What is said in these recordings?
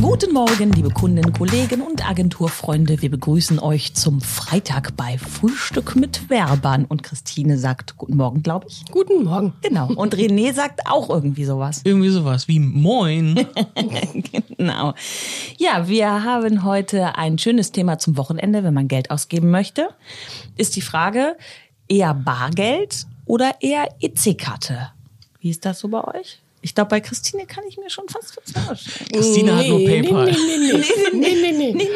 Guten Morgen, liebe Kunden, Kollegen und Agenturfreunde. Wir begrüßen euch zum Freitag bei Frühstück mit Werbern. Und Christine sagt Guten Morgen, glaube ich. Guten Morgen. Genau. Und René sagt auch irgendwie sowas. Irgendwie sowas wie Moin. genau. Ja, wir haben heute ein schönes Thema zum Wochenende, wenn man Geld ausgeben möchte. Ist die Frage, eher Bargeld oder eher EC-Karte? Wie ist das so bei euch? Ich glaube, bei Christine kann ich mir schon fast was vorstellen. Christine hat nur Nee, PayPal. nee, nee, nee, nee, nee,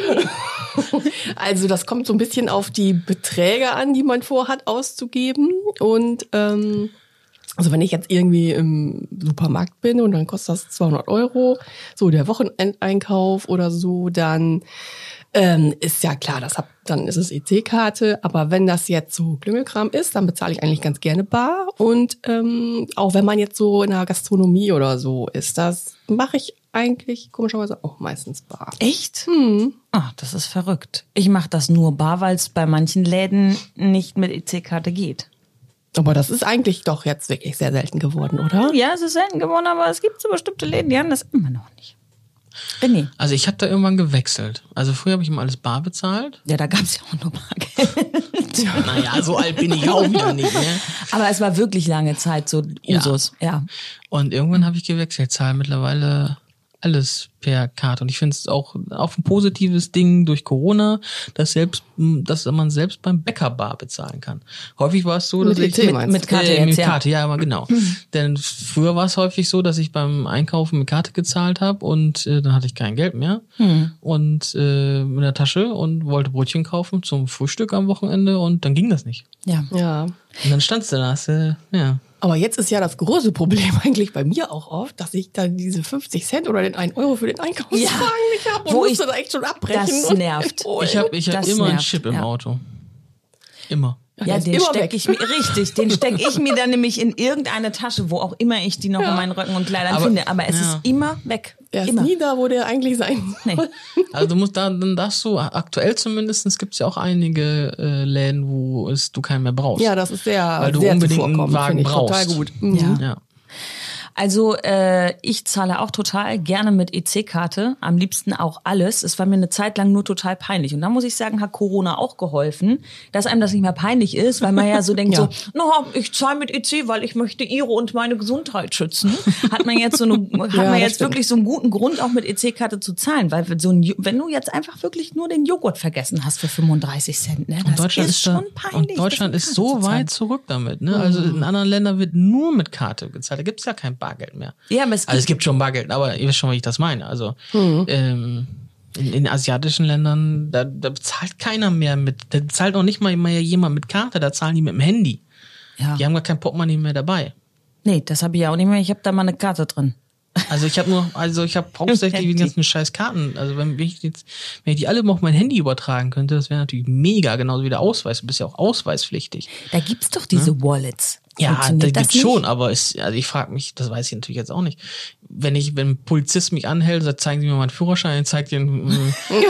nee. Also das kommt so ein bisschen auf die Beträge an, die man vorhat auszugeben. Und ähm, also wenn ich jetzt irgendwie im Supermarkt bin und dann kostet das 200 Euro, so der Wochenendeinkauf oder so, dann ähm, ist ja klar, das hab, dann ist es EC-Karte. Aber wenn das jetzt so Klüngelkram ist, dann bezahle ich eigentlich ganz gerne bar. Und ähm, auch wenn man jetzt so in der Gastronomie oder so ist, das mache ich eigentlich komischerweise auch meistens bar. Echt? Hm. Ah, das ist verrückt. Ich mache das nur bar, weil es bei manchen Läden nicht mit EC-Karte geht. Aber das ist eigentlich doch jetzt wirklich sehr selten geworden, oder? Ja, es ist selten geworden, aber es gibt so bestimmte Läden, die haben das immer noch nicht. René. Also ich habe da irgendwann gewechselt. Also früher habe ich immer alles bar bezahlt. Ja, da gab es ja auch nur Bargeld. Naja, so alt bin ich auch wieder nicht. Ne? aber es war wirklich lange Zeit so Usus. Ja. Und irgendwann habe ich gewechselt. Ich zahle mittlerweile alles per Karte. Und ich finde es auch, auch ein positives Ding durch Corona, dass selbst, dass man selbst beim Bäcker bar bezahlen kann. Häufig war es so, dass Mit ich EC meinst Mit Karte äh, jetzt, mit ja. Karte, ja, aber genau. Denn früher war es häufig so, dass ich beim Einkaufen mit Karte gezahlt habe und äh, dann hatte ich kein Geld mehr Hm. und äh, in der Tasche und wollte Brötchen kaufen zum Frühstück am Wochenende und dann ging das nicht. Ja. Ja. Und dann standst du da, hast, äh, ja. Aber jetzt ist ja das große Problem eigentlich bei mir auch oft, dass ich dann diese 50 Cent oder den 1 Euro für den Einkaufswagen Ja. nicht habe und Wo musste ich- da echt schon abbrechen. das und- nervt. Oh, Ich habe ich hab Das immer einen nervt, Chip im ja. Auto. Immer. Ja, ist den immer stecke weg. ich mir, richtig, den stecke ich mir dann nämlich in irgendeine Tasche, wo auch immer ich die noch in meinen Röcken und Kleidern Aber- finde. Aber es ja. ist immer weg. Er ist immer. nie da, wo der eigentlich sein soll. Nee. Also du musst da, dann darfst du, aktuell zumindest, gibt es ja auch einige äh, Läden, wo es du keinen mehr brauchst. Ja, das ist sehr, Weil du sehr unbedingt einen zuvorkommend, Wagen finde ich brauchst. Total gut. Mhm. Ja. ja. Also äh, ich zahle auch total gerne mit EC-Karte, am liebsten auch alles. Es war mir eine Zeit lang nur total peinlich. Und da muss ich sagen, hat Corona auch geholfen, dass einem das nicht mehr peinlich ist, weil man ja so denkt, Ja. so, no, ich zahle mit EC, weil ich möchte ihre und meine Gesundheit schützen. Hat man jetzt so eine, hat Ja, man das jetzt stimmt. wirklich so einen guten Grund, auch mit EC-Karte zu zahlen, weil so ein, Jo- wenn du jetzt einfach wirklich nur den Joghurt vergessen hast für 35 Cent, ne, das Und Deutschland ist, ist, da, schon peinlich. und Deutschland das mit Karte zu ist so zahlen. Mhm. weit zurück damit. Ne? Also in anderen Ländern wird nur mit Karte gezahlt. Da gibt es ja kein Bargeld mehr. Ja, aber es also es gibt- Mhm. gibt schon Bargeld, aber ihr wisst schon, wie ich das meine. Also ähm, in, in asiatischen Ländern, da, da bezahlt keiner mehr mit. Da zahlt auch nicht mal immer jemand mit Karte, da zahlen die mit dem Handy. Ja. Die haben gar kein Portemonnaie mehr dabei. Nee, das habe ich ja auch nicht mehr. Ich habe da mal eine Karte drin. Also ich habe nur, also ich habe hauptsächlich die ganzen scheiß Karten. Also wenn ich jetzt, wenn ich die alle mal auf mein Handy übertragen könnte, das wäre natürlich mega, genauso wie der Ausweis. Du bist ja auch ausweispflichtig. Da gibt's doch diese Wallets. Hm? Ja, Funktioniert das gibt's nicht? schon, aber es, also ich frage mich, das weiß ich natürlich jetzt auch nicht. Wenn ich, wenn ein Polizist mich anhält, sagt, zeigen Sie mir meinen Führerschein, zeigt den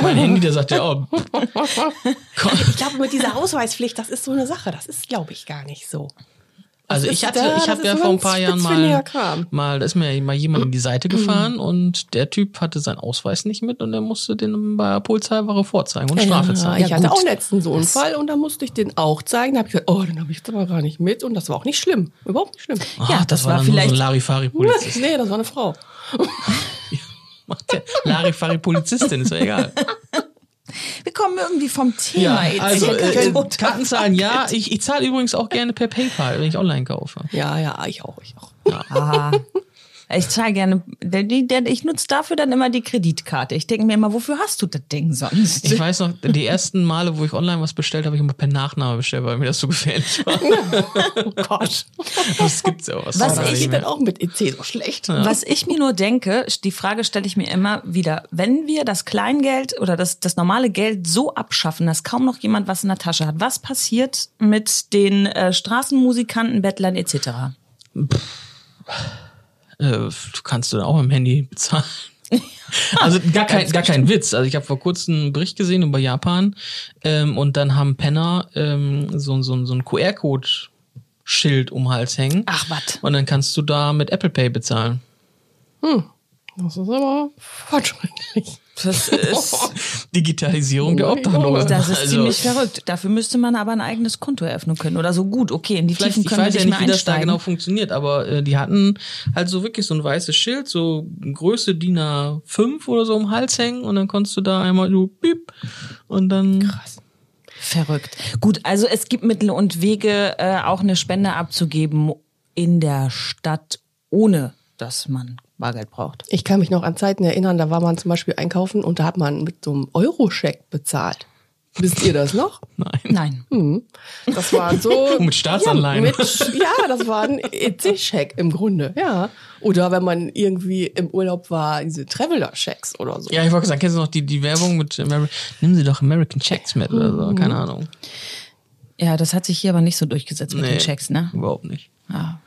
mein Handy, der sagt ja, oh, komm. Ich glaube, mit dieser Ausweispflicht, das ist so eine Sache. Das ist, glaube ich, gar nicht so. Also ist ich hatte, da- ich das habe ist ja so vor ein ganz paar Jahren spitzfindiger mal, Kram. mal, da ist mir ja mal jemand in die Seite gefahren und der Typ hatte seinen Ausweis nicht mit und er musste den bei der Polizeiwache vorzeigen und Strafe zahlen. ich hatte auch letztens so einen Fall und da musste ich den auch zeigen. Da habe ich gesagt, oh, den habe ich jetzt aber gar nicht mit. Und das war auch nicht schlimm. Überhaupt nicht schlimm. Ah, Ja, das, das war, war dann nur so ein vielleicht- Larifari-Polizist. Nee, das war eine Frau. Macht der Larifari-Polizistin, ist ja egal. Wir kommen irgendwie vom Thema jetzt. also Ich äh, hätte äh, total- Karten zahlen, ja. Ich, ich zahle übrigens auch gerne per PayPal, wenn ich online kaufe. Ja, ja, ich auch, ich auch. Ah. Ich zahle gerne, denn die- denn ich nutze dafür dann immer die Kreditkarte. Ich denke mir immer, wofür hast du das Ding sonst? Ich weiß noch, die ersten Male, wo ich online was bestellt habe, habe ich immer per Nachname bestellt, weil mir das so gefährlich war. Oh Gott. Das gibt's ja auch. Was soll Das das ich nicht geht mehr. dann auch mit EC so schlecht. Was ich mir nur denke, die Frage stelle ich mir immer wieder, wenn wir das Kleingeld oder das, das normale Geld so abschaffen, dass kaum noch jemand was in der Tasche hat, was passiert mit den äh, Straßenmusikanten, Bettlern etc.? äh, kannst du dann auch im Handy bezahlen. Also gar kein, gar kein Witz. Also ich habe vor kurzem einen Bericht gesehen über Japan ähm, und dann haben Penner ähm, so, so, so ein QR-Code-Schild um den Hals hängen. Ach, wat. Und dann kannst du da mit Apple Pay bezahlen. Das ist aber fortschrittlich. Das ist, Digitalisierung der Also Obdachlosen. Oh, das ist ziemlich verrückt. Dafür müsste man aber ein eigenes Konto eröffnen können oder so. Gut, okay, in die Vielleicht, Tiefen ich können wir weiß nicht ja mehr nicht, wie das da einsteigen. genau funktioniert, aber äh, die hatten halt so wirklich so ein weißes Schild, so Größe DIN A5 oder so um den Hals hängen und dann konntest du da einmal so piep und dann Verrückt. Gut, also es gibt Mittel und Wege, äh, auch eine Spende abzugeben in der Stadt, ohne dass man Bargeld braucht. Ich kann mich noch an Zeiten erinnern, da war man zum Beispiel einkaufen und da hat man mit so einem Euro-Scheck bezahlt. Wisst ihr das noch? nein. Nein. Das waren so. Mit Staatsanleihen. Ja, mit, ja das war ein EC-Scheck im Grunde, ja. Oder wenn man irgendwie im Urlaub war, diese Traveler-Schecks oder so. Ja, ich wollte sagen, kennst du noch die, die Werbung mit Ameri Nimm sie doch American Checks mit oder so, keine Uh, Ahnung. Ja, das hat sich hier aber nicht so durchgesetzt mit den Checks, ne? Überhaupt nicht. Ja.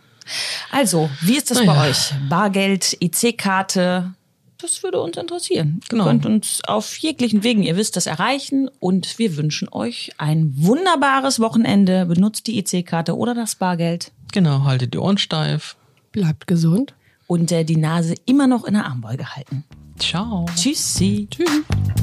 Also, wie ist das Na bei ja. euch? Bargeld, EC-Karte, das würde uns interessieren. Genau. Ihr könnt uns auf jeglichen Wegen, ihr wisst, das erreichen und wir wünschen euch ein wunderbares Wochenende. Benutzt die EC-Karte oder das Bargeld Genau, haltet die Ohren steif. Bleibt gesund. und äh, die Nase immer noch in der Armbeuge halten. Ciao. Tschüssi. Tschüss.